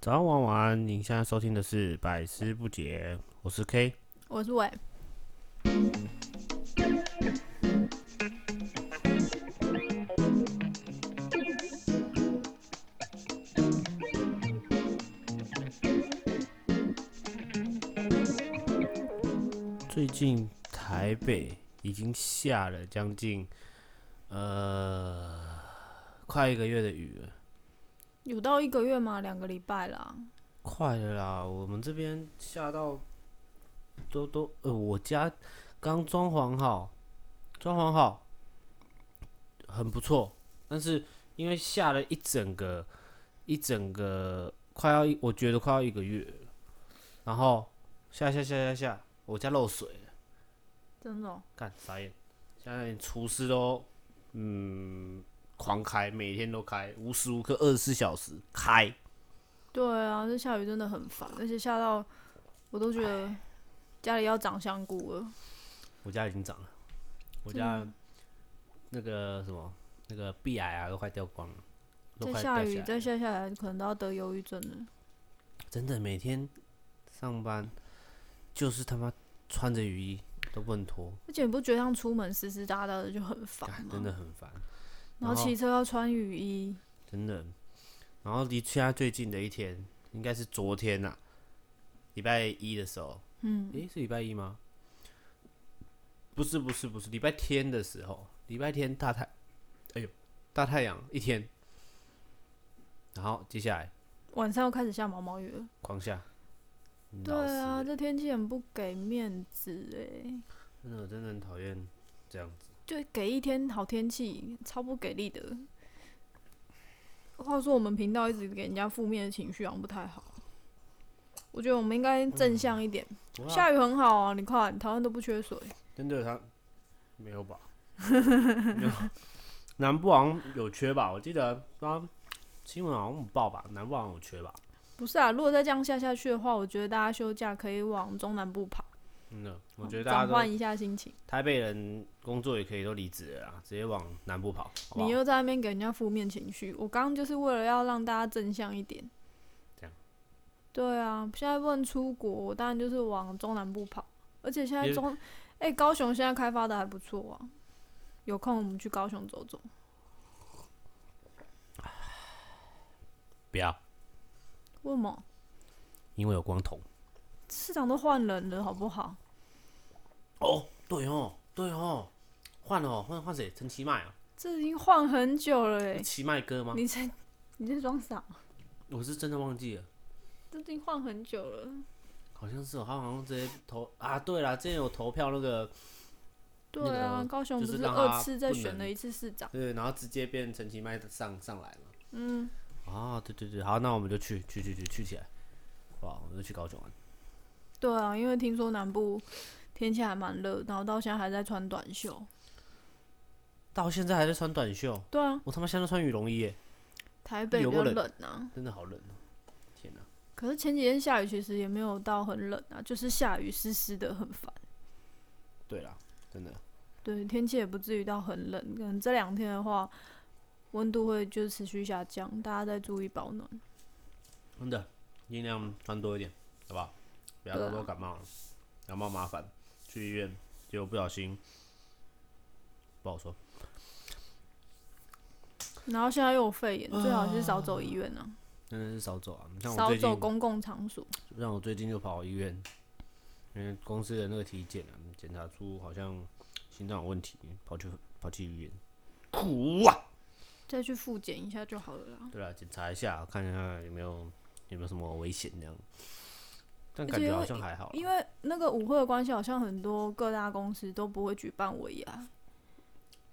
早安，晚安。您现在收听的是《百思不解》，我是 K。我是伟，最近台北已经下了将近呃快一个月的雨了，有到一个月吗？两个礼拜啦。快了啦！我们这边下到都都呃，我家刚装潢好，装潢好很不错，但是因为下了一整个一整个快要一，我觉得快要一个月了，然后下下下下下，我家漏水了。真的哦、干傻眼，现在连厨师都嗯狂开，每天都开，无时无刻二十四小时开。对啊，这下雨真的很烦，而且下到我都觉得家里要长香菇了。我家已经涨了，我家啊那个什么那个壁癌啊都快掉光了，都再快下掉雨，下来。再下下来，可能都要得忧郁症了。真的每天上班就是他妈穿着雨衣都不能脱，而且你不觉得像出门湿湿哒哒的就很烦干吗？真的很烦，然后骑车要穿雨衣，真的。然后离现在最近的一天应该是昨天呐、礼拜一的时候，嗯，诶，是礼拜一吗？不是，不是，不是，礼拜天的时候，礼拜天大太，哎呦，大太阳一天，然后接下来晚上又开始下毛毛雨了。狂下，嗯对老师啊，这天气很不给面子哎、真的真的很讨厌这样子。就给一天好天气，超不给力的。话说我们频道一直给人家负面的情绪，好像不太好。我觉得我们应该正向一点。哇下雨很好啊，你看台湾都不缺水。真的他没有吧？没有南部好像有缺吧？我记得刚新闻好像有报吧，南部好像有缺吧？不是啊，如果再这样下下去的话，我觉得大家休假可以往中南部跑，真的，我觉得大家转换都一下心情。台北人工作也可以都离职了啦，直接往南部跑，好不你好？又在那边给人家负面情绪，我刚刚就是为了要让大家正向一点。这样。对啊，现在不能出国，我当然就是往中南部跑，而且现在也中，哎、高雄现在开发的还不错啊，有空我们去高雄走走，不要。为什么？因为有光头。市长都换人了，好不好？哦，对哦，对哦，换了哦，换换谁？陈其迈啊？这已经换很久了哎、是其迈哥吗？你在你在装傻？我是真的忘记了，这已经换很久了。好像是哦，他好像直接投啊。对啦，之前有投票那个，对那啊，个高雄就不是让他二次再不选能了一次市长，对，然后直接变陈其迈上上来嘛。嗯，啊，对对对，好，那我们就去去去去去起来，哇，我们就去高雄玩。对啊，因为听说南部天气还蛮热，然后到现在还在穿短袖。到现在还在穿短袖，对啊，我他妈现在都穿羽绒衣耶，台北有比够较冷冷啊，真的好冷哦、天哪、可是前几天下雨其实也没有到很冷啊，就是下雨湿湿的很烦。对啦，真的对，天气也不至于到很冷，可能这两天的话，温度会就持续下降，大家再注意保暖。真的，尽量穿多一点，好不好？不要对多啊多感冒了，感冒麻烦，去医院结果不小心，不好说。然后现在又有肺炎，最好是少走医院啊，真的是少走啊！像我少最走近，公共场所。像我最近就跑医院，因为公司的那个体检啊，检查出好像心脏有问题，跑去跑去医院。苦啊！再去复检一下就好了啦。对了，检查一下，看一下有没有有没有什么危险这样。但而感且觉因好为像还好啦，因为那个舞会的关系，好像很多各大公司都不会举办尾牙。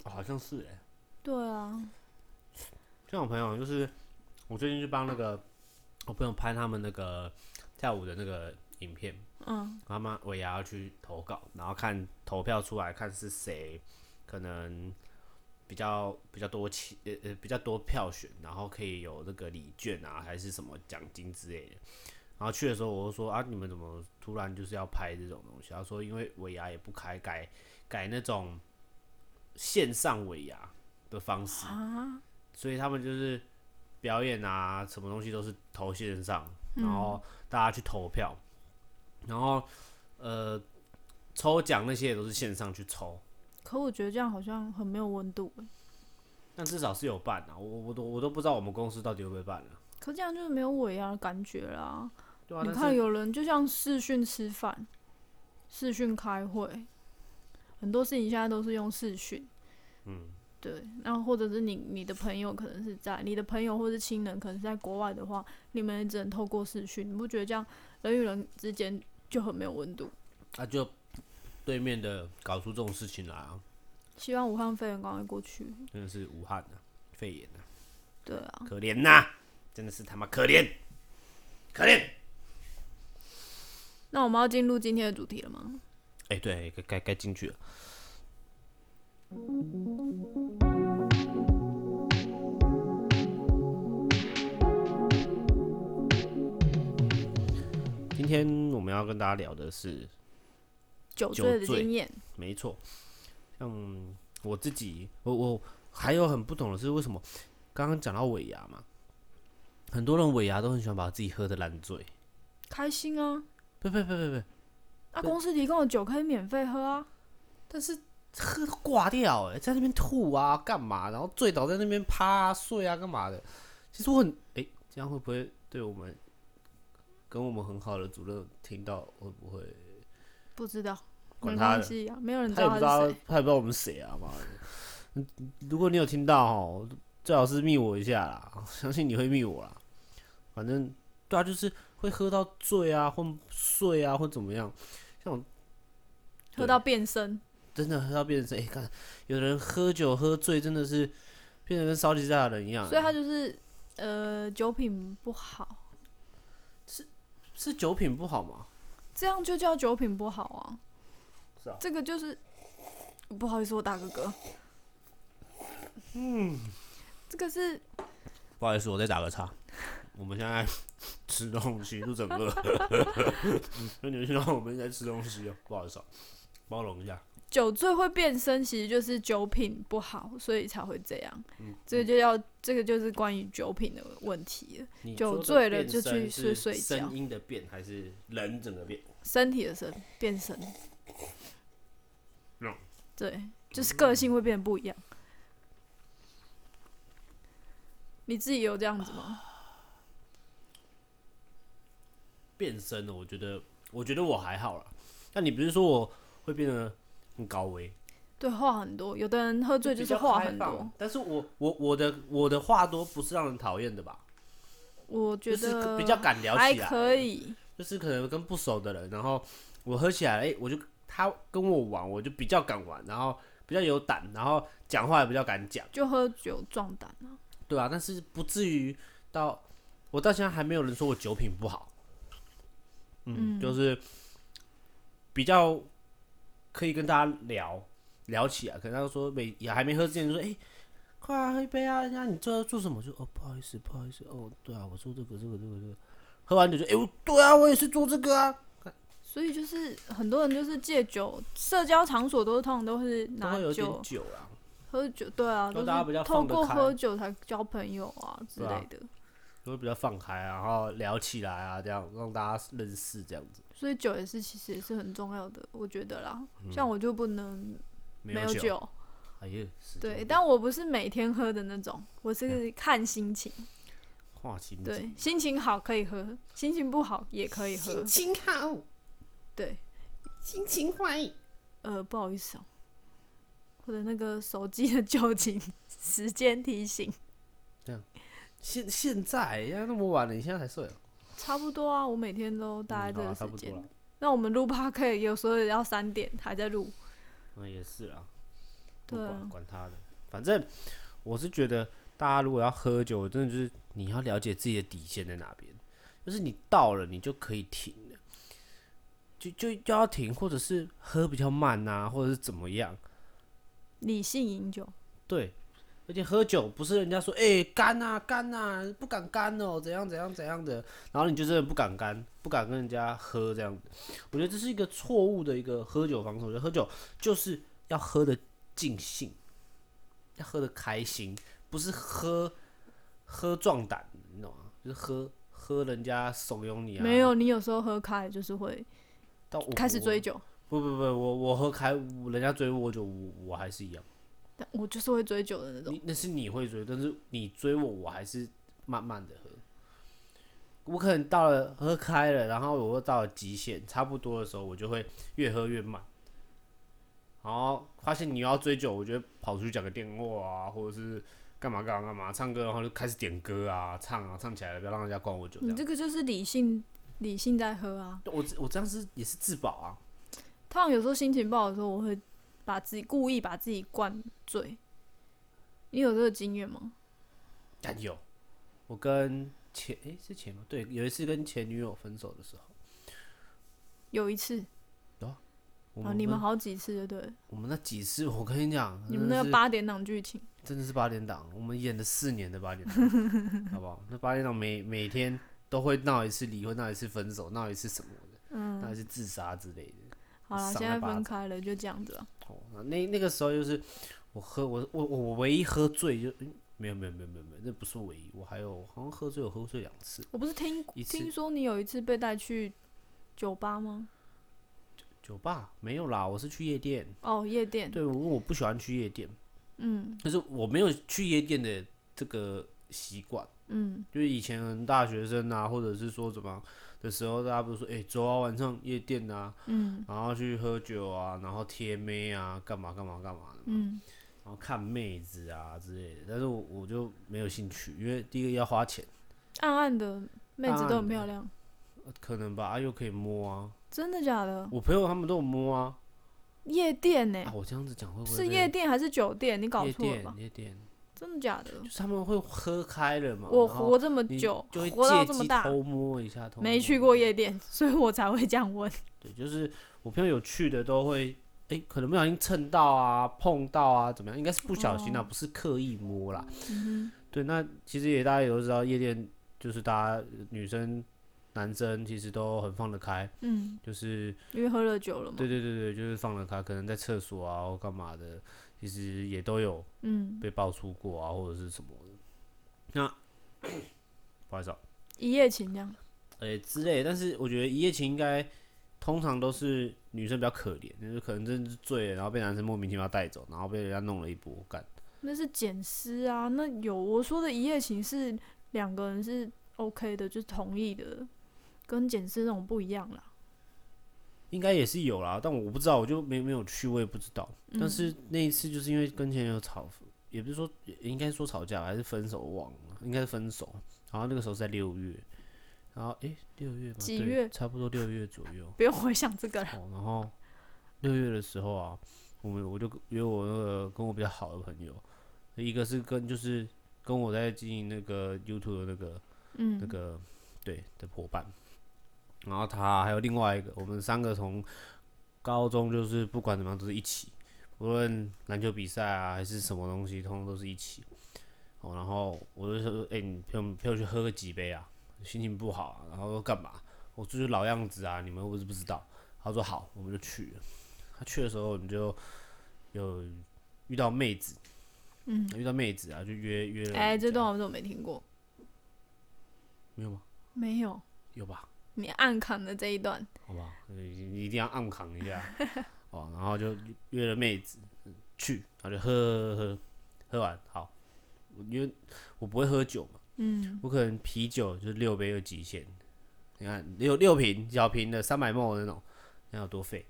哦好像是哎、对啊，像我朋友就是，我最近去帮那个我朋友拍他们那个跳舞的那个影片，嗯，他们尾牙要去投稿，然后看投票出来，看是谁可能比较比较多起呃呃比较多票选，然后可以有那个礼券啊，还是什么奖金之类的。然后去的时候，我就说啊，你们怎么突然就是要拍这种东西？他说因为尾牙也不开，改改那种线上尾牙的方式，所以他们就是表演啊，什么东西都是投线上，嗯然后大家去投票，然后呃，抽奖那些也都是线上去抽，可我觉得这样好像很没有温度欸，但至少是有办啊，我我都我都不知道我们公司到底会不会办啊。可这样就是没有尾牙的感觉啦。对啊，你但看是有人就像视讯吃饭、视讯开会，很多事情现在都是用视讯。嗯，对，那或者是你你的朋友可能是在你的朋友或是亲人可能是在国外的话，你们也只能透过视讯，你不觉得这样人与人之间就很没有温度？那啊就对面的搞出这种事情来啊，希望武汉肺炎赶快过去。真的是武汉啊，肺炎啊，对啊，可怜呐、真的是他妈可怜，可怜。那我们要进入今天的主题了吗？哎、对，该该该进去了。今天我们要跟大家聊的是，酒酒醉的醉经验，没错，像我自己，我我还有很不懂的是，为什么刚刚讲到尾牙嘛，很多人尾牙都很喜欢把自己喝的烂醉，开心啊！不不不不不，那、对公司提供的酒可以免费喝啊。但是喝都挂掉哎、在那边吐啊，干嘛？然后醉倒在那边趴、啊、睡啊，干嘛的？其实我很哎、这样会不会对我们跟我们很好的主任听到会不会？不知道，管没他关的系啊，没有人知他也不知道道他是谁。，他也不知道我们谁啊，妈的！嗯如果你有听到哦，最好是密我一下啦，相信你会密我啦。反正对啊，就是会喝到醉啊，或睡啊，或怎么样。像我喝到变身，真的喝到变成哎、看有人喝酒喝醉真的是变得跟烧鸡架的人一样、所以他就是呃酒品不好，是酒品不好吗？这样就叫酒品不好啊。是啊这个就是不好意思，我打个嗝。嗯，嗯这个是不好意思，我再打个岔。 我们现在 吃东西，肚子很饿。 那你们听到我们在吃东西哦，不好意思、啊，包容一下。酒醉会变身，其实就是酒品不好，所以才会这样。嗯这个就要这个就是关于酒品的问题了，你酒说的醉了变就去身是睡睡觉声音的变还是人整个变？身体的身变身嗯。对，就是个性会变得不一样。你自己有这样子吗？变身了，哦我觉得，我觉得我还好啦。那你不是说我会变得很高危？对，话很多，有的人喝醉就是话很多。，但是我我我的我的话多不是让人讨厌的吧？我觉就是得比较敢聊还起来，可以，就是可能跟不熟的人，然后我喝起来，哎、我就他跟我玩，我就比较敢玩，然后比较有胆，然后讲话也比较敢讲，就喝酒壮胆啊。对啊，但是不至于到我到现在还没有人说我酒品不好，嗯，就是比较可以跟大家聊聊起来，可能他说没也还没喝之前就说，哎、快啊，喝一杯啊！人家你这做什么？就哦，不好意思，不好意思，哦，对啊，我做这个，这个，这个，这个。喝完酒就哎、我对啊，我也是做这个啊，所以就是很多人就是借酒，社交场所都是通常都是然拿后有点酒酒啊，喝酒，对啊，都都大家比是较透放得过开喝酒才交朋友啊之对啊类的。就会比较放开啊，然后聊起来啊，这样让大家认识这样子。所以酒也是其实也是很重要的，我觉得啦。像我就不能嗯没没有酒，酒，哎呀，时间对，不但我不是每天喝的那种，我嗯是看心情，跨情对，心情好可以喝，心情不好也可以喝，情好，对，心情坏。呃，不好意思哦、我的那个手机的 酒精时间提醒，现现在哎要那么晚了，你现在才睡哦？差不多啊，我每天都大概这嗯好个啊差时不间多。了。那我们录 p 可以有时候也要三点还在录，嗯，也是啦，不对啊管管他的，反正我是觉得大家如果要喝酒，真的就是你要了解自己的底线在哪边，就是你到了你就可以停了，就就就要停，或者是喝比较慢啊，或者是怎么样，理性饮酒，对。而且喝酒不是人家说，哎、干呐干呐，不敢干哦，怎样怎样怎样的，然后你就真的不敢干，不敢跟人家喝这样子。我觉得这是一个错误的一个喝酒方式。我觉得喝酒就是要喝的尽兴，要喝的开心，不是喝喝壮胆，你懂吗？就是喝喝人家怂恿你啊。没有，你有时候喝开就是会但我开始追我酒，啊不不不，我我喝开，我人家追我酒，我我还是一样。但我就是会追酒的那种。你那是你会追，但是你追我，我还是慢慢的喝。我可能到了喝开了，然后我又到了极限，差不多的时候，我就会越喝越慢。然后发现你又要追酒，我就会跑出去讲个电话啊，或者是干嘛干嘛干嘛，唱歌，然后就开始点歌啊，唱啊，唱起来了，不要让人家灌我酒。这你样，这个就是理性理性在喝啊。我这我这样是也是自保啊。通常有时候心情不好的时候，我会把自己故意把自己灌醉。你有这个经验吗？但有，我跟前诶、是前吗？对，有一次跟前女友分手的时候，有一次我啊，们你们好几次就对了，我们那几次，我跟你 讲，你真们那的个是八点档剧情，真的是八点档，我们演了四年的八点档， 好不好？那八点档每每天都会闹一次离婚，闹一次分手，闹一次什么的，嗯闹一次自杀之类的。好了，赏现了在巴掌分开了，就这样子了。哦，那那那个时候就是我喝我我我唯一喝醉就、嗯没有没有没有没有没有，那不是唯一，我还有好像喝醉我喝醉两次，我不是听一次听说你有一次被带去酒吧吗？酒吧没有啦，我是去夜店。哦，夜店，对，我我不喜欢去夜店，嗯可是我没有去夜店的这个习惯。嗯，就是以前可能大学生啊，或者是说怎么样的时候，大家不是说，哎、走啊，晚上夜店啊，嗯，然后去喝酒啊，然后贴妹啊，干嘛干嘛干嘛的，嗯，然后看妹子啊之类的。但是我我就没有兴趣，因为第一个要花钱，暗暗的妹暗子都暗很的漂亮，呃可能吧，啊又可以摸啊，真的假的？我朋友他们都有摸啊。夜店呢、啊，我这样子讲会不会是被夜店还是酒店？你搞夜错了吧店？夜店，真的假的就？是他们会喝开了嘛，我哦然后活这么你久，就会活到借这么机大，偷摸一下，偷摸没一去下过夜店， 所以我才会这样问。对，就是我朋友有去的都会，哎、可能不小心蹭到啊、碰到啊，怎么样？应该是不小心啊，不是刻意摸啦。嗯对，那其实也大家也都知道，夜店就是大家呃女生、男生其实都很放得开，哼，嗯，就是因为喝了酒了嘛。对对对对，就是放得开，可能在厕所啊或干嘛的，其实也都有嗯，被爆出过啊，或者是什么的。那 不好意思、啊。一夜情这样。呃、之类，但是我觉得一夜情应该通常都是女生比较可怜，就是可能真的是醉了，然后被男生莫名其妙带走，然后被人家弄了一波干。那是捡尸啊，那有我说的一夜情是两个人是 OK 的，就是同意的，跟捡尸那种不一样啦。应该也是有啦，但我不知道，我就没没有去，我也不知道。但是嗯那一次就是因为跟前有吵，也不是说也应该说吵架吧还是分手，我忘了，应该是分手。然后那个时候是在六月，然后诶、六月吧，几对月差不多六月左右。不用回想这个了。哦，然后六月的时候啊，我们我就约我那个跟我比较好的朋友，一个是跟就是跟我在经营那个 YouTube 的那个、那嗯个对的伙伴，然后他还有另外一个，我们三个从高中就是不管怎么样都是一起，无论篮球比赛啊还是什么东西，通通都是一起。哦，然后我就说，哎、你陪我们陪我去喝个几杯啊，心情不好、啊，然后说干嘛？我就是老样子啊，你们又不是不知道。他说好，我们就去了。他去的时候，你就有遇到妹子，嗯，遇到妹子啊，就约约了。哎、这段我怎么没听过？没有吗？没有，有吧？你暗扛的这一段，好吧，你一定要暗扛一下哦。然后就约了妹子去，然后就喝喝喝，喝完好，我因为我不会喝酒嘛，嗯，我可能啤酒就是六杯就极限。你看六六瓶小瓶的三百 ml 那种，那有多费？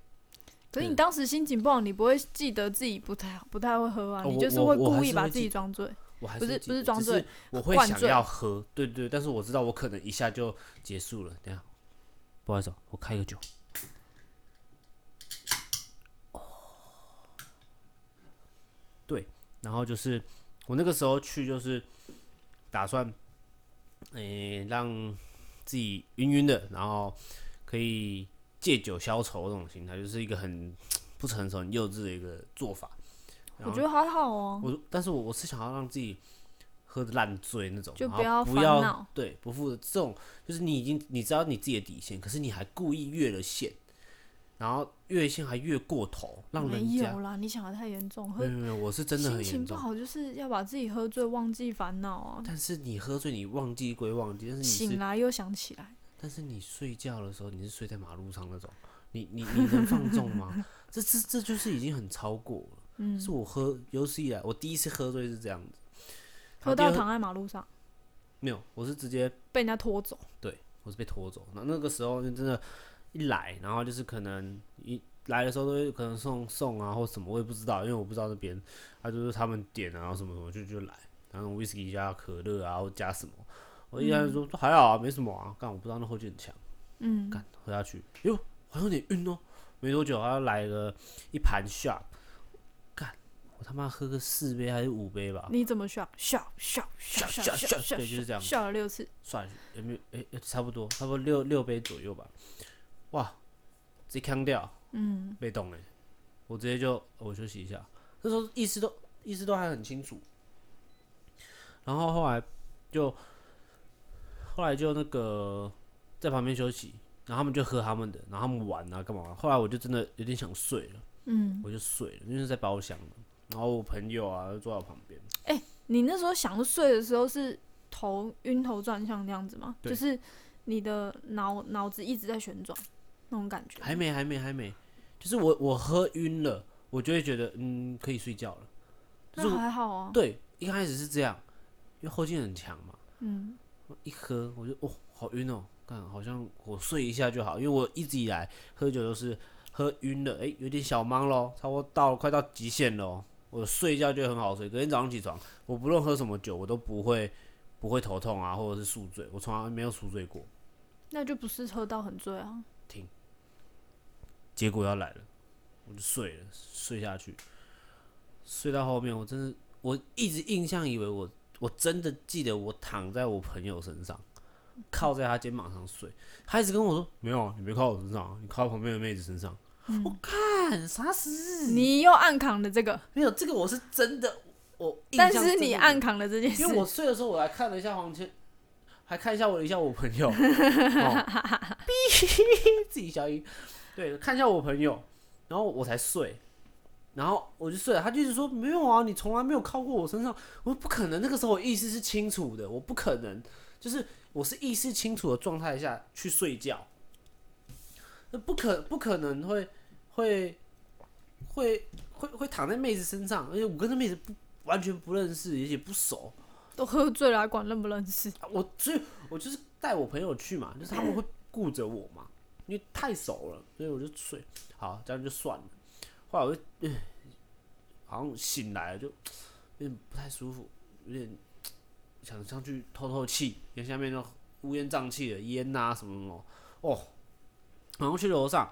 可是对你当时心情不好，你不会记得自己不太不太会喝啊，哦你我就是我会我还故意是把会自记己装醉。我还不是是记不是得装只醉，啊我会灌想醉要喝，对对，但是我知道我可能一下就结束了。等一下，不好意思哦，我开个酒。哦对，然后就是我那个时候去，就是打算，诶、让自己晕晕的，然后可以借酒消愁这种心态，就是一个很不成熟、很幼稚的一个做法。然我后觉得还好啊，我但是我我是想要让自己喝的烂醉那种，就然不要后不烦要恼对不负这种，就是你已经你知道你自己的底线，可是你还故意越了线，然后越线还越过头，让没人家有啦，你想的太严重，没喝有没有，我是真的很心情严不重。好就是要把自己喝醉，忘记烦恼啊，但是你喝醉，你忘记归忘记，但是你醒是，来又想起来。但是你睡觉的时候，你是睡在马路上那种，你你你能放纵吗？ 这这这就是已经很超过了。 嗯，是我喝有史以来我第一次喝醉是这样子，喝然后到第二躺在马路上，没有，我是直接被人家拖走。我是被拖走。那那个时候就真的，一来，然后就是可能一来的时候都会可能送送啊或什么，我也不知道，因为我不知道那边，他、就是他们点啊然后什么什么就就来，然后威士忌加可乐啊或加什么。我一开始说、都还好啊，没什么啊，干我不知道那后劲很强，嗯，干喝下去，哟好像有点晕哦。没多久，他来了一盘 shot，干我他妈喝个四杯还是五杯吧，你怎么笑？笑笑笑啊笑笑笑笑，对就是这样笑了六次。算了，有没有？诶、诶差不多，差不多六六杯左右吧。哇，直接呛掉，嗯，被动哎、我直接就我休息一下，那时候意识都意识都还很清楚。然后后来就后来就那个在旁边休息，然后他们就喝他们的，然后他们玩啊干嘛？后来我就真的有点想睡了，嗯，我就睡了，因为是在包厢嘛。然后我朋友啊就坐在我旁边，你那时候想睡的时候是头晕头转向那样子吗？对就是你的脑脑子一直在旋转那种感觉。还没还没还没，就是我我喝晕了，我就会觉得嗯可以睡觉了。就是那我还好啊。对，一开始是这样，因为后劲很强嘛，嗯，一喝我就哦，好晕哦，看好像我睡一下就好，因为我一直以来喝酒都是喝晕了，诶，有点小懵咯，差不多到了快到极限咯，我睡一觉就很好睡，隔天早上起床，我不论喝什么酒，我都不会不会头痛啊，或者是宿醉，我从来没有宿醉过。那就不是喝到很醉啊。结果要来了，我就睡了，睡下去，睡到后面，我真的我一直印象以为我我真的记得我躺在我朋友身上，靠在他肩膀上睡，他一直跟我说没有啊，你没靠我身上啊，你靠旁边的妹子身上。嗯我看啥事？你又暗扛了这个，没有这个我是真的，我印象但是你真的暗扛了这件事因为。我睡的时候，我还看了一下黄千，还看一下我一下我朋 友，哦哔、 自己消音，对，看一下我朋友，然后我才睡，然后我就睡了。他就一直说没有啊，你从来没有靠过我身上，我说不可能。那个时候我意识是清楚的，我不可能，就是我是意识清楚的状态下去睡觉，那不可不可能会会会会会躺在妹子身上，而且我跟那妹子不完全不认识，也不熟。都喝醉了，还管认不认识？啊我所以，我就是带我朋友去嘛，就是他们会顾着我嘛，因为太熟了，所以我就睡，好，这样就算了。后来我就，唉好像醒来了就有点不太舒服，有点想上去透透气，因为下面就乌烟瘴气的烟呐、什么什么，哦，然后去楼上，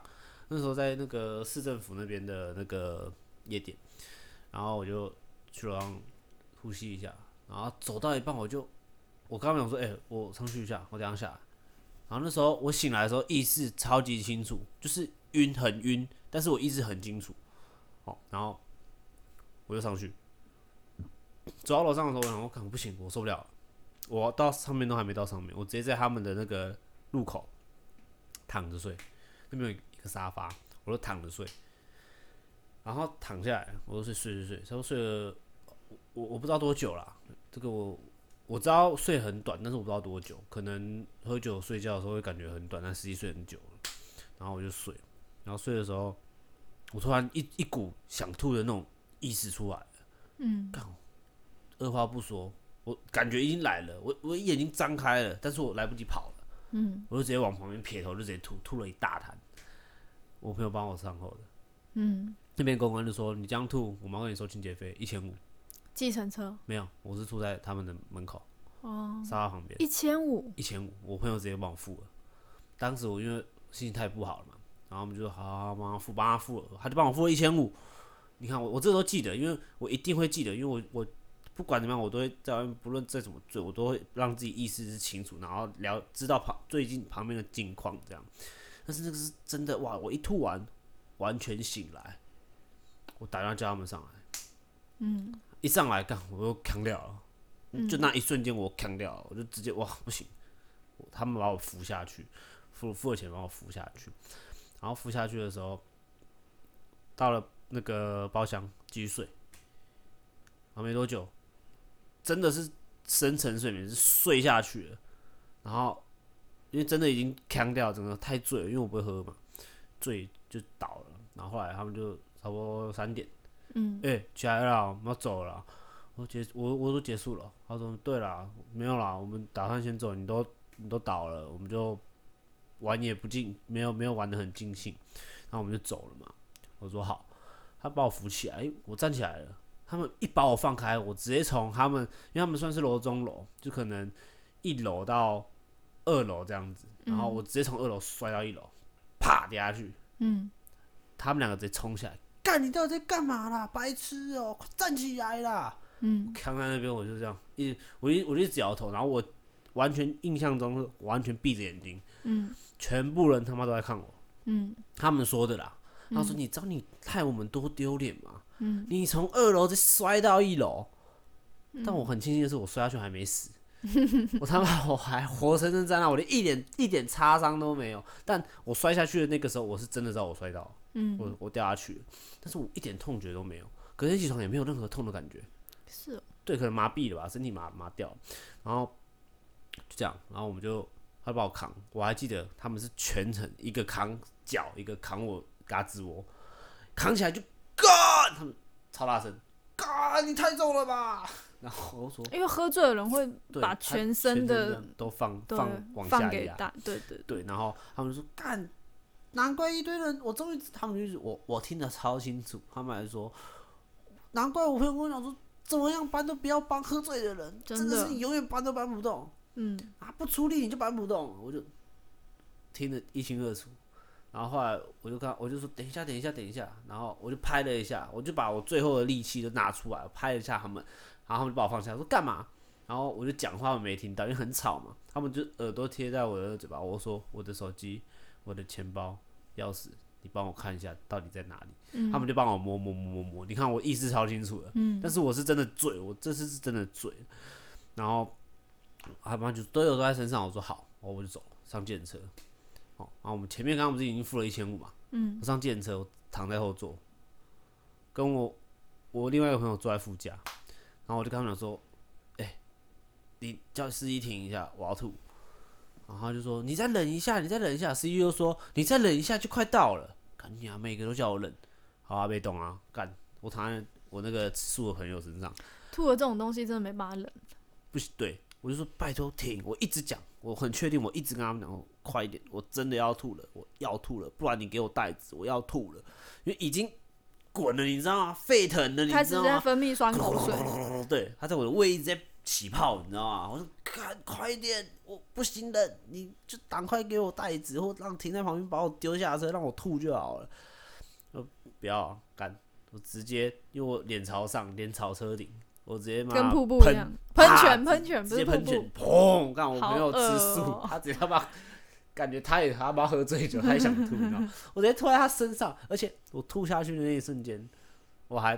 那时候在那个市政府那边的那个夜店，然后我就去楼上呼吸一下，然后走到一半我就我刚刚想说，哎、我上去一下，我等一下下来。然后那时候我醒来的时候，意识超级清楚，就是晕很晕，但是我意识很清楚。哦，然后我就上去，走到楼上的时候，我想我看不行，我受不了了，我到上面都还没到上面，我直接在他们的那个路口躺着睡，那边有一个沙发，我就躺着睡。然后躺下来，我就睡睡睡睡，差不多睡了，我我我不知道多久啦，这个我我知道睡很短，但是我不知道多久，可能喝酒睡觉的时候会感觉很短，但实际睡很久了。然后我就睡，然后睡的时候，我突然一一股想吐的那种意识出来了，嗯，二话不说，我感觉已经来了，我我眼睛张开了，但是我来不及跑了，嗯我就直接往旁边撇头，就直接吐，吐了一大滩。我朋友帮我善后的，嗯，那边公关就说你这样吐，我们要跟你收清洁费一千五。计程车没有，我是吐在他们的门口哦，沙发旁边。一千五，一千五，我朋友直接帮我付了。当时我因为心情太不好了嘛，然后我们就说好好好帮他付，帮他付了，他就帮我付了一千五。你看我，我这都记得，因为我一定会记得，因为我我不管怎么样，我都会在外面，不论再怎么醉，我都会让自己意识是清楚，然后了知道旁最近旁边的近况这样。但是那个是真的哇！我一吐完，完全醒来，我打电话叫他们上来，嗯，一上来干我又扛掉了，就那一瞬间我扛掉了，我就直接哇不行。他们把我扶下去，付付了钱把我扶下去，然然后敷下去的时候，到了那个包厢继续睡，然后没多久，真的是深层睡眠是睡下去了，然后因为真的已经扛掉，整个太醉了，因为我不会喝嘛，醉就倒了，然后后来他们就差不多三点。嗯，哎、起来了，我们要走了。我结我我都结束了。他说对啦，没有啦，我们打算先走，你都你都倒了，我们就玩也不尽，没有没有玩的很尽兴，然后我们就走了嘛。我说好，他把我扶起来，哎我站起来了。他们一把我放开，我直接从他们，因为他们算是楼中楼，就可能一楼到二楼这样子，然后我直接从二楼摔到一楼，啪跌下去。嗯，他们两个直接冲下来，干你到底在干嘛啦？白痴哦、快站起来啦！嗯，扛在那边我就这样一，我一我就一直摇头，然后我完全印象中是完全闭着眼睛，嗯全部人他妈都在看我，嗯他们说的啦。他说：“你知道你害我们多丢脸吗？嗯你从二楼再摔到一楼，但我很庆幸的是，我摔下去还没死， 我他妈我还活生生在那，我连一点一点擦伤都没有。但我摔下去的那个时候，我是真的知道我摔到了，嗯，我我掉下去了，但是我一点痛觉都没有，隔天起床也没有任何痛的感觉，是哦，对，可能麻痹了吧，身体麻麻掉了，然后就这样，然后我们就他把我扛，我还记得他们是全程一个扛脚，一个扛我嘎吱窝，扛起来就干，他们超大声，干你太重了吧，然后我就说因为喝醉的人会对，把他全身的的都放对放往放下给压，大，对对，对，然后他们就说干，难怪一堆人，我终于他们就是我我听得超清楚，他们还说，难怪我朋友跟我讲说，怎么样搬都不要搬喝醉的人，真真的是你永远搬都搬不动嗯啊，不出力你就搬不动，我就听得一清二楚。然后后来我就看，我就说等一下，等一下，等一下。然后我就拍了一下，我就把我最后的力气都拿出来，我拍了一下他们，然后他们就把我放下，说干嘛？然后我就讲话，我没听到，因为很吵嘛。他们就耳朵贴在我的嘴巴，我说我的手机、我的钱包、钥匙，你帮我看一下到底在哪里。他们就帮我摸摸摸摸摸，你看我意识超清楚的，嗯但是我是真的醉，我这次是真的醉。然后他啊们就都有都在身上，我说好，然后我就走了，上电车。哦，然后我们前面刚刚不是已经付了一千五嘛？嗯，我上电车，我躺在后座，跟我我另外一个朋友坐在副驾，然后我就跟他们讲说：“哎、你叫司机停一下，我要吐。”然后他就说：“你再忍一下，你再忍一下。”司机又说：“你再忍一下，就快到了。”干你啊，每个都叫我忍，好啊，被动啊，干！我躺在我那个吃素的朋友身上，吐了这种东西真的没办法忍，不行，对我就说拜托停，我一直讲，我很确定，我一直跟他们讲，我快一点，我真的要吐了，我要吐了，不然你给我袋子，我要吐了，因为已经滚了，你知道吗？沸腾了，你开知始道在吗？分泌酸口 水，哦，对，他在我的胃一直在起泡，你知道吗？我说看快一点，我不行了，你就赶快给我袋子，或让停在旁边把我丢下车，让我吐就好了。我不要啊干，我直接因为我脸朝上，脸朝车顶，我直接妈跟瀑布一啊喷样，喷啪泉喷泉不直接是瀑喷布泉，，砰！干我好没有吃饿素，哦 他直接他妈，感觉他也他妈喝醉酒，他也想吐，你知道 吗？我直接吐在他身上，而且我吐下去的那一瞬间，我还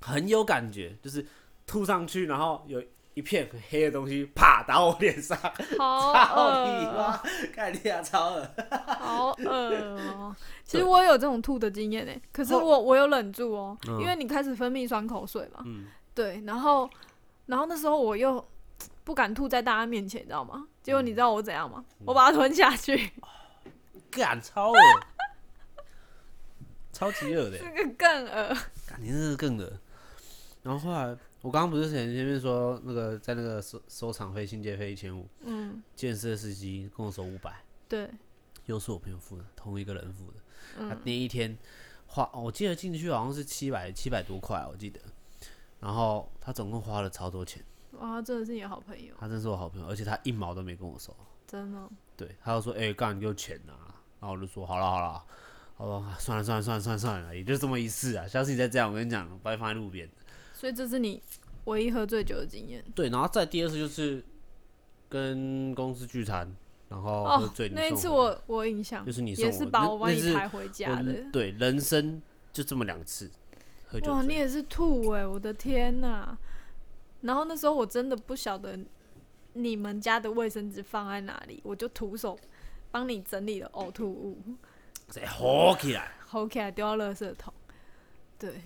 很有感觉，就是吐上去，然后有一片很黑的东西啪打我脸上， 好哦操你饿妈！看你俩超恶， 好恶哦、其对实我也有这种吐的经验诶、欸可是我我有忍住哦、嗯因为你开始分泌酸口水嘛。嗯对，然后然后那时候我又不敢吐在大家面前，你知道嗯吗？结果你知道我怎样吗？我把它吞 下去，干超恶，超级恶的这。个更恶。感情是更的。然后后来，我刚刚不是前前面说那个在那个收收场费信借费一千五，嗯，建设司机跟我收五百，对，又是我朋友付的，同一个人付的。他嗯那一天花，我记得进去好像是七百七百多块，我记得。然后他总共花了超多钱，哇，真的是你的好朋友，他真是我好朋友，而且他一毛都没跟我收。真的。对，他就说：“哎、干，你给我钱呐、然后我就说：“好了好了，好了，啊算了算了算了算了算了，也就这么一次啊，下次你再这样，我跟你讲，把你放在路边。”所以这是你唯一喝醉酒的经验。对，然后再第二次就是跟公司聚餐，然后喝哦醉、，你那一送次我我我有印象就，是你送也是把那我那把你是抬回我家的。对，人生就这么两次喝酒哇，你醉，也是吐哎、我的天呐、然后那时候我真的不晓得你们家的卫生纸放在哪里，我就徒手帮你整理了呕吐物，再吼哎起来。吼起来丢到垃圾桶。对，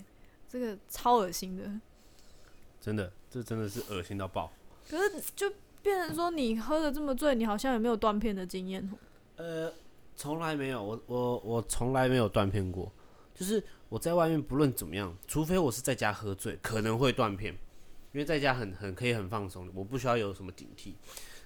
这个超恶心的。真的，这真的是恶心到爆。可是就变成说，你喝的这么醉，你好像也没有断片的经验哦。呃，从来没有，我我我从来没有断片过。就是我在外面不论怎么样，除非我是在家喝醉，可能会断片，因为在家很很可以很放松，我不需要有什么警惕。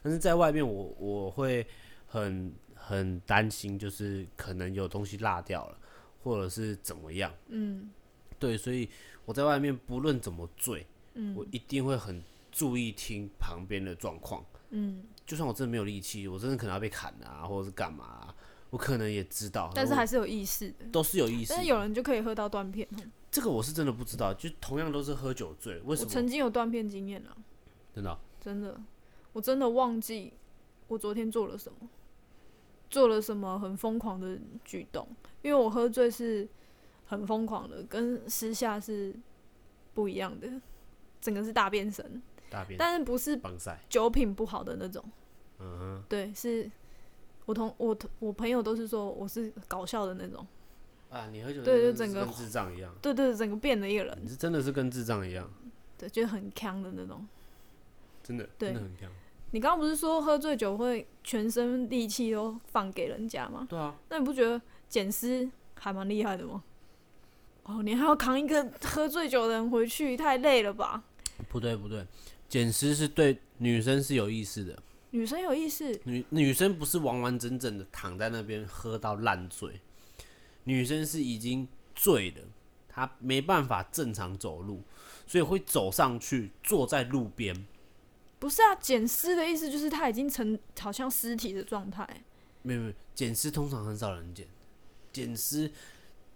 但是在外面我，我会很很担心，就是可能有东西落掉了，或者是怎么样。嗯对，所以我在外面不论怎么醉，我嗯一定会很注意听旁边的状况。嗯，就算我真的没有力气，我真的可能要被砍啊，或者是干嘛、啊，我可能也知道，但是我还是有意识的。都是有意思但。是有人就可以喝到断片哦。这个我是真的不知道，就同样都是喝酒醉，为什我么？曾经有断片经验了，啊真的哦、真的，我真的忘记我昨天做了什么，做了什么很疯狂的举动，因为我喝醉是很疯狂的，跟私下是不一样的，整个是大变身，大便但是不是棒晒，酒品不好的那种。嗯哼，对，是我同我同我朋友都是说我是搞笑的那种，啊，你喝酒对真的就整是个跟智障一样，对对，整个变了一个人，你是真的是跟智障一样，对，就是很强的那种。真的对真的很像。你刚刚不是说喝醉酒会全身力气都放给人家吗？对啊，那你不觉得捡尸还蛮厉害的吗？哦，你还要扛一个喝醉酒的人回去，太累了吧？不对不对，捡尸是对女生是有意思的，女生有意识，女女生不是完完整整的躺在那边喝到烂醉，女生是已经醉了，她没办法正常走路，所以会走上去坐在路边。不是啊？捡尸的意思就是他已经成好像尸体的状态，没有没有，捡尸通常很少人捡，捡尸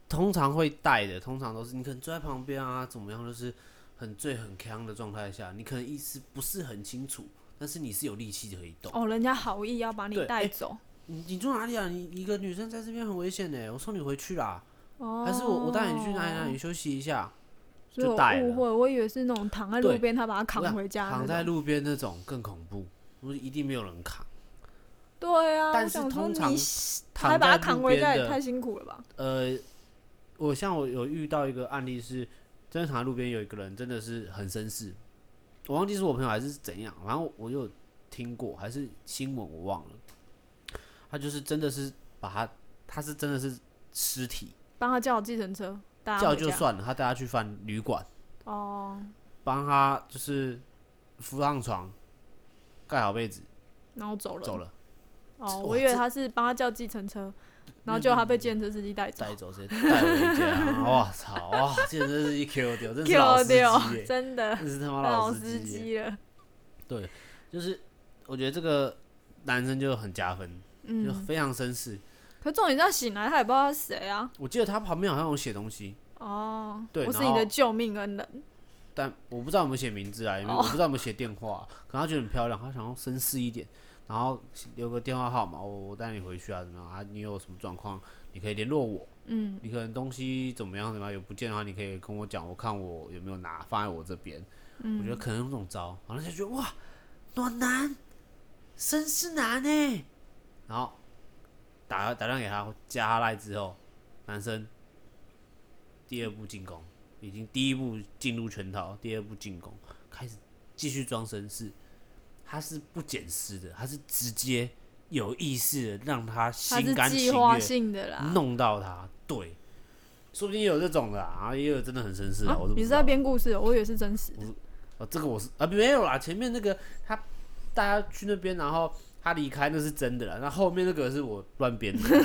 通常会带的，通常都是你可能坐在旁边啊，怎么样，就是很醉很呛的状态下，你可能意识不是很清楚，但是你是有力气可以动。哦，人家好意要把你对带哎走，你你住哪里啊？你你一个女生在这边很危险呢，我送你回去啦。哦，还是我我带你去哪里哪里休息一下，所以我就带了误会，我以为是那种躺在路对边，他把他我扛想回家那种，躺在路边那种更恐怖，我一定没有人扛。对啊，但哦我是想说通常你躺还把他在扛路回边家也的太辛苦了吧？呃，我像我有遇到一个案例是，真的躺在路边有一个人真的是很绅士，我忘记是我朋友还是怎样，然后我有听过还是新闻我忘了，他就是真的是把他他是真的是尸体帮他叫计程车，大家叫回就家算了，他带他去饭旅馆。哦，帮他就是扶上床，盖好被子然后走了，走了，哦，哇我以为这嗯他是帮他叫计程车，然后结果他被计程车司机带走带，走直接带回家。哇操！哇，这真是一 Q 掉，真是老 Q 司机掉，耶，真的真是他妈老老司机耶。机了，对，就是我觉得这个男生就很加分，就嗯。非常绅士。可重点是他醒来，他也不知道他是谁啊。我记得他旁边好像有写东西，哦，对我是然你后的救命恩人。但我不知道有没有写名字啊，因为哦我不知道有没有写电话、啊可能他觉得很漂亮，他想要绅士一点，然后留个电话号码，我我带你回去啊，怎么样啊？你有什么状况，你可以联络我。嗯，你可能东西怎么样怎么样有不见的话，你可以跟我讲，我看我有没有拿放在我这边。嗯我觉得可能用这种招，然后就觉得哇，暖男，绅士男呢。欸然后打打电话给他，加他赖之后，男生第二步进攻，已经第一步进入圈套，第二步进攻开始继续装绅士，他是不捡尸的，他是直接有意识的让他他心是甘计情划愿性的啦。弄到他，对，说不定也有这种的啊，也有真的很绅士的、啊我怎么你是知道在编故事哦，我以为是真实的。哦，这个我是啊没有啦，前面那个他大家去那边，然后他离开那是真的啦，那后面那个是我乱编 的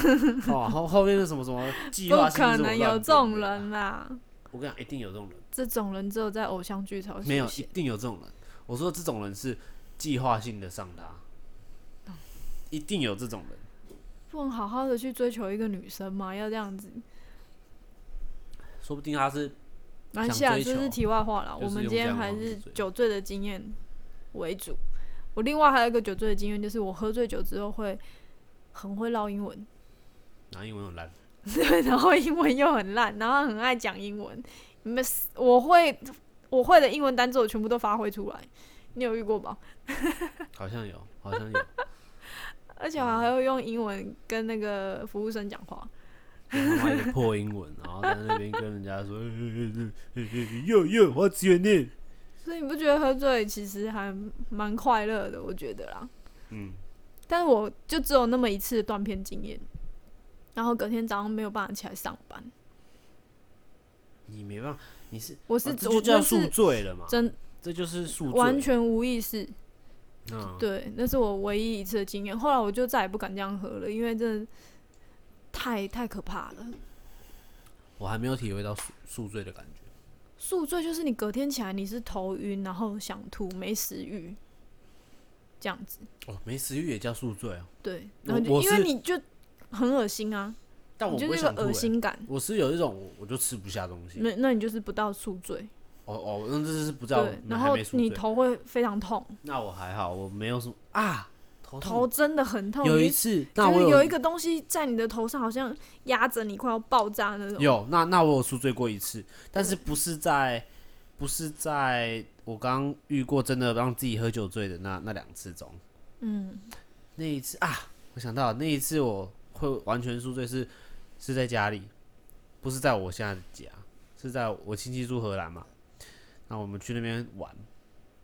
哦，后后面那什么什么计划不性可是我能乱有编这种的啊啦，人啦！我跟你讲，一定有这种人，这种人只有在偶像剧才会出没有一现。定有这种人，我说这种人是计划性的上他，哦一定有这种人，不能好好的去追求一个女生吗？要这样子？说不定他是蛮想下，追这是求题外话了。就是我们用这今天样的还方式是追酒醉的经验为主。我另外还有一个酒醉的经验，就是我喝醉酒之后会很会唠英文， 拿英文很烂，对，然后英文又很烂，然后很爱讲英文。你们我会我会的英文单词我全部都发挥出来，你有遇过吧？好像有，好像有。嗯而且我还会用英文跟那个服务生讲话，然后他妈一个破英文，然后在那边跟人家说哟哟，What's your name？所以你不觉得喝醉其实还蛮快乐的？我觉得啦，嗯，但是我就只有那么一次的断片经验，然后隔天早上没有办法起来上班。你没办法，你是我啊是、这我就叫就宿是醉了嘛？真这就是宿醉，完全无意识，嗯，对，那是我唯一一次的经验。后来我就再也不敢这样喝了，因为真的太太可怕了。我还没有体会到宿宿醉的感觉。宿醉就是你隔天起来你是头晕，然后想吐，没食欲，这样子。哦，没食欲也叫宿醉啊，对，我然后我就因是为你就很恶心啊，但我你不就会是想那吐、个恶欸。心感。我是有一种我我就吃不下东西，那那你就是不到宿醉，哦哦，那这是不知道对，，那然还后没宿你醉。头会非常痛，那我还好，我没有什么啊，头头痛。真的很痛。有你一就次，那觉我得有有一个东西在你的头上，好像压着你，快要爆炸那种。有那那我有宿醉过一次，但是不是在不是在我刚遇过真的让自己喝酒醉的那那两次中，嗯，那一次啊，我想到了那一次我会完全宿醉是是在家里，不是在我现在的家，是在我亲戚住荷兰嘛。那我们去那边玩，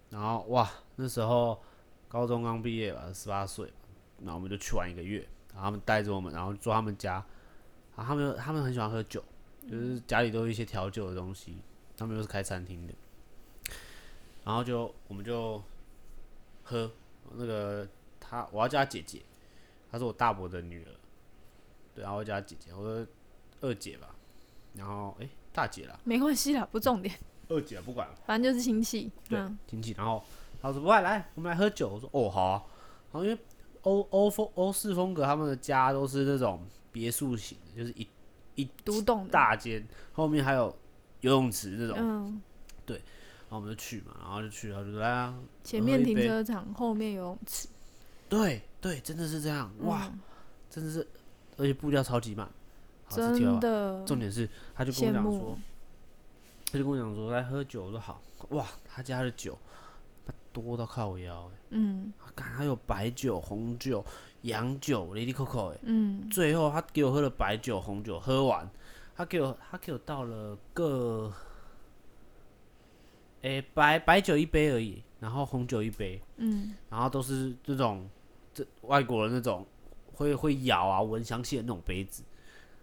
然后哇，那时候高中刚毕业吧，十八岁嘛，然后我们就去玩一个月，然后他们带着我们，然后住他们家，然啊后他们他们很喜欢喝酒，就是家里都有一些调酒的东西，他们又是开餐厅的，然后就我们就喝那个她，我要叫她姐姐，她是我大伯的女儿，对，然后我叫她姐姐，我说二姐吧，然后诶，大姐啦，没关系啦，不重点，二姐啊不管，反正就是亲戚。对嗯，亲戚，然后她说喂来，我们来喝酒，我说哦好、啊，然后因为欧欧风欧式风格，他们的家都是那种别墅型的，就是一独栋的。大间，后面还有游泳池那种，然嗯，后我们就去嘛，然后就去，然后就说来啊，前喝面一停杯车场，后面游泳池。对对，真的是这样，哇，嗯，真的是，而且步调超级慢，好，这题外真话的重点是，他就跟我羡讲慕说，。他就跟我讲说来喝酒，我说好，哇，他家的酒他多到靠腰、欸，嗯他干他有白酒、红酒、洋酒、Lady Coco，哎、嗯，最后他给我喝了白酒、红酒，喝完，他给我他给我倒了个，哎、白白酒一杯而已，然后红酒一杯，嗯，然后都是这种这外国人那种会会摇啊闻香气的那种杯子，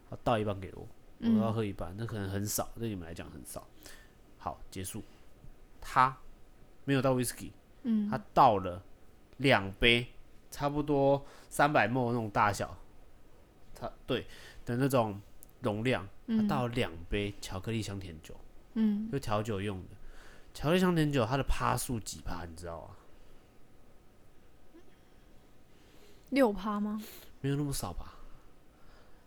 他倒一半给我，嗯我要喝一半，那可能很少，对你们来讲很少。好，结束。他没有倒 whisky，嗯，他倒了两杯，差不多三百 ml 那种大小，他对的那种容量，他嗯倒了两杯巧克力香甜酒，嗯，就调酒用的。巧克力香甜酒它的趴数几趴，你知道吗？六趴吗？没有那么少吧？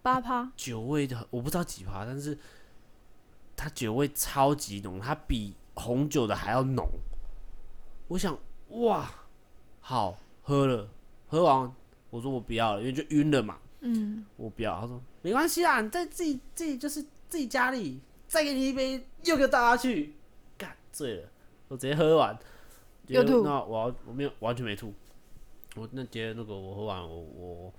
八趴？酒味的，我不知道几趴，但是它酒味超级浓，它比红酒的还要浓。我想，哇，好喝了，喝完我说我不要了，因为就晕了嘛，嗯，我不要。他说没关系啊啦，你在自己自己就是自己家里再给你一杯，又给我倒下去，干醉了，我直接喝完，又吐结果那我要我没有完全没吐，我那接那个我喝完我我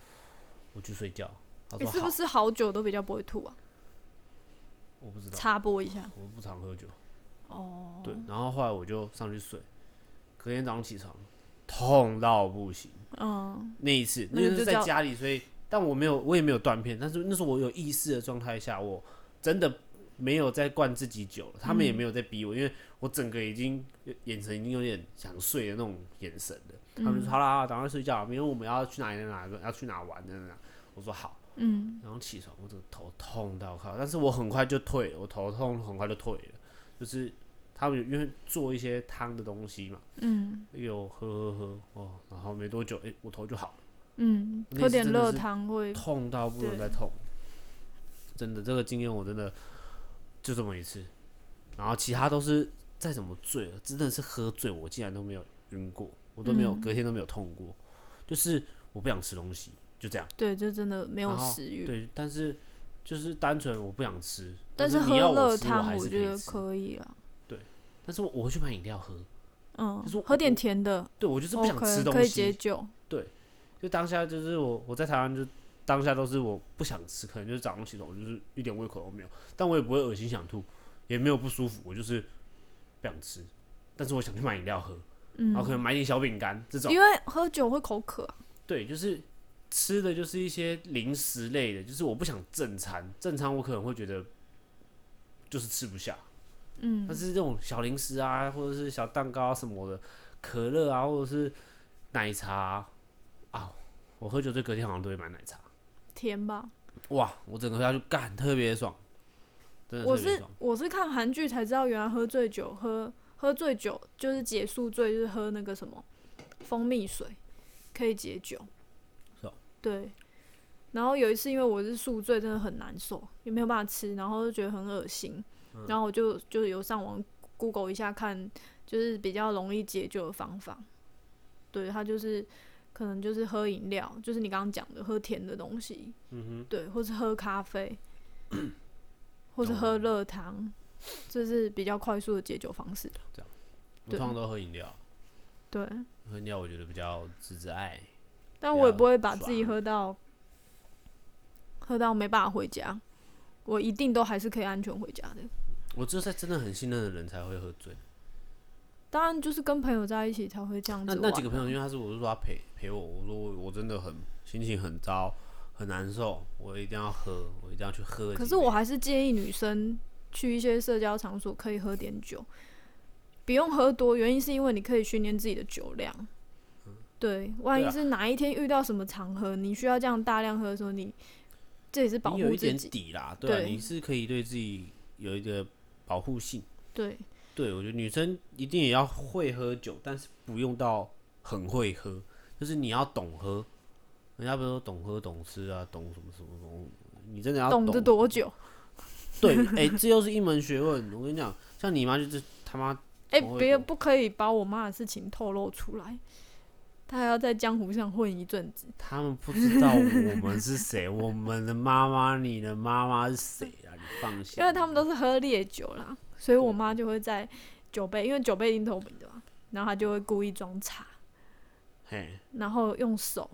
我去睡觉。他你说是好不，是好酒都比较不会吐啊？我不知道。插播一下，我不常喝酒。哦，对，然后后来我就上去睡，隔天早上起床痛到不行。嗯那一次，那那个个是就在叫家里，所以但我没有，我也没有断片，但是那是我有意识的状态下，我真的没有在灌自己酒了，他们也没有在嗯逼我，因为我整个已经眼神已经有点想睡的那种眼神了。他们就嗯说：“好啦，好啦赶快睡觉，明天我们要去哪里哪里要去哪玩的呢？”我说：“好。”嗯，然后起床，我这个头痛到靠，但是我很快就退了，我头痛很快就退了，就是他们有因为做一些汤的东西嘛，嗯有喝喝喝哦，然后没多久，哎、我头就好了，嗯，那喝次点真的热是汤会，痛到不能再痛，真的这个经验我真的就这么一次，然后其他都是再怎么醉了，真的是喝醉，我竟然都没有晕过，我都没有、嗯隔天都没有痛过，就是我不想吃东西，就这样。对，就真的没有然后食欲。对，但是就是单纯我不想吃，但是喝你要我热吃，我汤，还我是觉得以吃。可以啊。但是我我会去买饮料喝，嗯就是，喝我点甜的哦对我就是不想吃 OK，东可以解西。酒。就当下就是我我在台湾就当下都是我不想吃，可能就是早上起床我就是一点胃口都没有，但我也不会恶心想吐，也没有不舒服，我就是不想吃，但是我想去买饮料喝，嗯然后可能买点小饼干这种。因为喝酒会口渴啊、对，就是吃的就是一些零食类的，就是我不想正餐，正餐我可能会觉得就是吃不下，嗯但，是这种小零食啊，或者是小蛋糕啊什么的，可乐啊，或者是奶茶啊，啊我喝酒醉隔天好像都会买奶茶，甜吧。哇，我整个喝下去干特别爽，真的我特别是爽，我是看韩剧才知道，原来喝醉酒喝喝醉酒就是解宿醉，就是喝那个什么蜂蜜水可以解酒。是哦对。然后有一次，因为我是宿醉，真的很难受，也没有办法吃，然后就觉得很恶心，嗯然后我就就有上网 Google 一下看，就是比较容易解酒的方法。对，它就是可能就是喝饮料，就是你刚刚讲的喝甜的东西，嗯对，或是喝咖啡，或是喝热汤，这是比较快速的解酒方式。哼，我对通常都喝饮料，对，喝饮料我觉得比较自在，但我也不会把比较自己爽喝到喝到没办法回家，我一定都还是可以安全回家的。我只有在真的很信任的人才会喝醉。当然，就是跟朋友在一起才会这样子那玩。啊那几个朋友，因为他是我是说他陪陪我，我说我我真的很心情很糟，很难受，我一定要喝，我一定要去喝几杯。可是我还是建议女生去一些社交场所可以喝点酒，不用喝多，原因是因为你可以训练自己的酒量。对，万一嗯对啊是哪一天遇到什么场合，你需要这样大量喝的时候，你这也是保你有护一自点己。底啦，对啊，对你是可以对自己有一个保护性。对，对我觉得女生一定也要会喝酒，但是不用到很会喝，就是你要懂喝。人家不是说懂喝懂吃啊，懂什么什么什么，你真的要懂得多久？对，哎、这又是一门学问。我跟你讲，像你妈就是他妈哎、懂得别多不可以把我妈的事情透露出来，她还要在江湖上混一阵 子。他们不知道我们是谁，我们的妈妈，你的妈妈是谁啊？你放心，因为他们都是喝烈酒啦，所以我对妈就会在酒杯，因为酒杯已经透明的嘛，然后她就会故意装茶，嘿，然后用手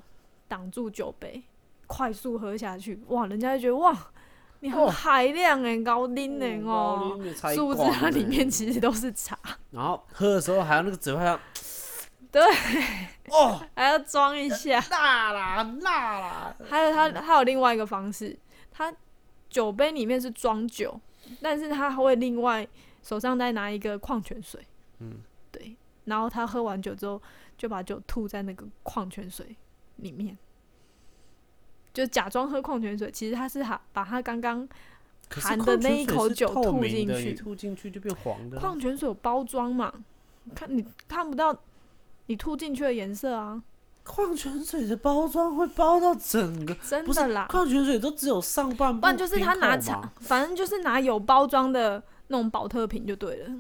挡住酒杯，快速喝下去。哇，人家就觉得哇，你很哦海量哎、高拎哎哦，殊不知它里面其实都是茶，然后喝的时候还有那个嘴巴上，对，哦，还要装一下。辣啦辣啦，还有它还有另外一个方式，它酒杯里面是装酒，但是他会另外手上再拿一个矿泉水，嗯，对，然后他喝完酒之后就把酒吐在那个矿泉水里面，就假装喝矿泉水，其实他是哈把他刚刚可是含的矿泉那一水口是酒透吐明进的你去吐进去就变黄的啦，矿泉水有包装嘛，看你看不到你吐进去的颜色啊，矿泉水的包装会包到整个，真不的是啦，矿泉水都只有上半部，不然就是他哦拿瓶口茶嘛，反正就是拿有包装的那种保特瓶就对了。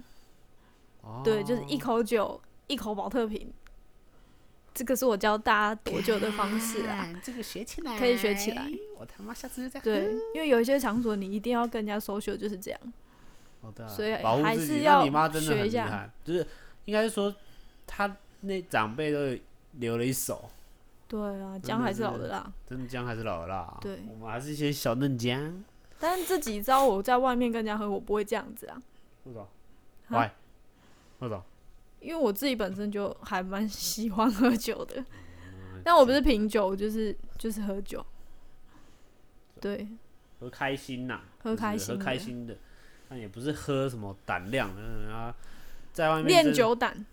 对，就是一口酒，一口保特瓶。这个是我教大家躲酒的方式哎啊，看，这个学起来可以学起来。我他妈下次就哦再喝对，因为有一些场所你一定要跟人家 social，就是这样。好的啊，所以保护还自是己。要那你妈真的学很一厉下害，就是应该说她那长辈都有留了一手，对啊，的姜还是老是的辣。真的姜还是老的辣啊。对我们还是一些小嫩姜。但是这几招我在外面跟人家喝，我不会这样子啊，陆总，啊喂，陆总，因为我自己本身就还蛮喜欢喝酒的。哦但我不是品酒，我就是就是喝酒。对，喝开心呐，喝就是开心喝的开心的，但也不是喝什么胆量，嗯啊，在外面真练的，酒胆。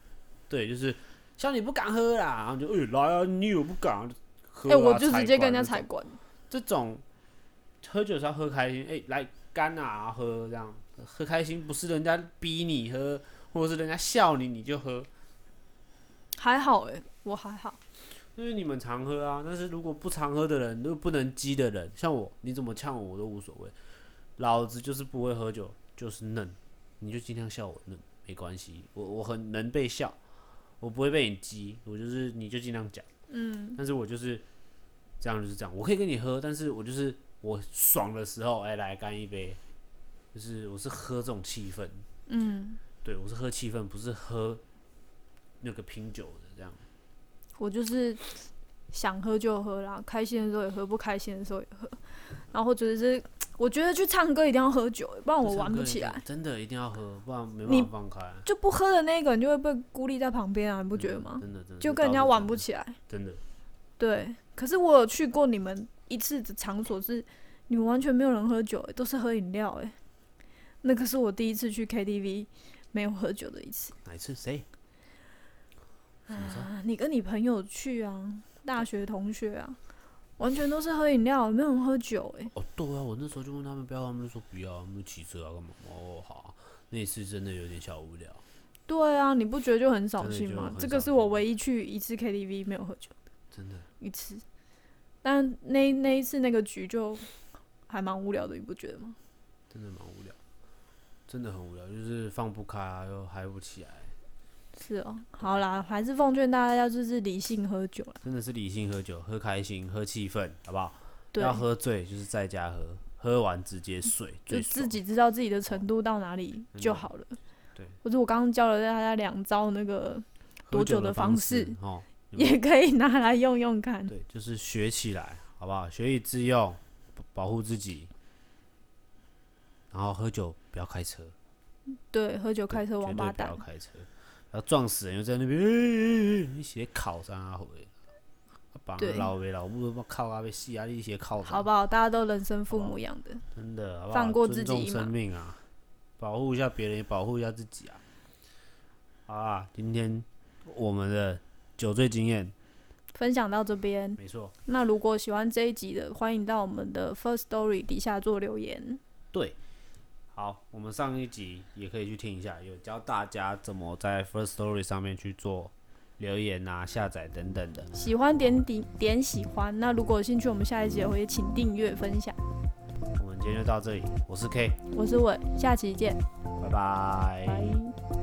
对，就是像你不敢喝啦，然后就哎来啊，你有不敢啊就喝哎、啊，我就直接管跟人家这种踩馆。这种喝酒是要喝开心，哎、来干啊，喝这样喝开心，不是人家逼你喝，或者是人家笑你你就喝，还好哎、我还好。因为你们常喝啊。但是如果不常喝的人，如果不能激的人，像我，你怎么呛我我都无所谓，老子就是不会喝酒，就是嫩，你就尽量笑我嫩，没关系，我我很能被笑，我不会被你激，我就是你就尽量讲。嗯，但是我就是这样，就是这样。我可以跟你喝，但是我就是我爽的时候，哎、来干一杯。就是我是喝这种气氛，嗯，对我是喝气氛，不是喝那个拼酒的这样。我就是想喝就喝啦，开心的时候也喝，不开心的时候也喝。然后或者是我觉得去唱歌一定要喝酒、不然我玩不起来。，真的一定要喝，不然没你办法放开。就不喝的那个人就会被孤立在旁边啊，你不觉得嗯吗？真的真的就跟人家玩不，起来。真的对，可是我有去过你们一次的场所是，你们完全没有人喝酒、欸，都是喝饮料、欸，那个是我第一次去 KTV 没有喝酒的一次。哪一次谁？啊，你跟你朋友去啊，大学同学啊，完全都是喝饮料，没有人喝酒、欸，哦，对啊，我那时候就问他们不要，他们就说不要，他们就骑车啊干嘛？哦，好啊、那一次真的有点小无聊。对啊，你不觉得就很扫真的兴就吗很？这个扫是我兴唯一去一次 KTV 没有喝酒真的，一次，但那那一次那个局就还蛮无聊的，你不觉得吗？真的蛮无聊，真的很无聊，就是放不开啊，又嗨不起来，是哦，好啦，还是奉劝大家要就是理性喝酒啦。真的是理性喝酒，喝开心，喝气氛，好不好？对，要喝醉就是在家喝，喝完直接睡，最就自爽己知道自己的程度到哪里的就好了。哦对，或者我刚刚教了大家两招那个，喝多酒久的的方式哦，有没有也可以拿来用用看。对，就是学起来，好不好？学以致用，保保护自己，然后喝酒不要开车，对，喝酒对开车绝王对八不蛋要，开车，然后撞死人又在那边，欸欸欸欸一起烤上啊回，啊把对老呗老母妈靠啊被戏啊，你一起烤好不好？大家都人生父好不母好养的，真的，好不好？放过尊自己重一马生命啊，保护一下别人，也保护一下自己啊。好啊，今天我们的酒醉经验，分享到这边。没错，那如果喜欢这一集的，欢迎到我们的 First Story 底下做留言。对。好，我们上一集也可以去听一下，有教大家怎么在 First Story 上面去做留言啊、下载等等的。喜欢点点点喜欢。那如果有兴趣，我们下一集也会请订阅分享。我们今天就到这里，我是 K，我是伟，下期见，拜拜。拜。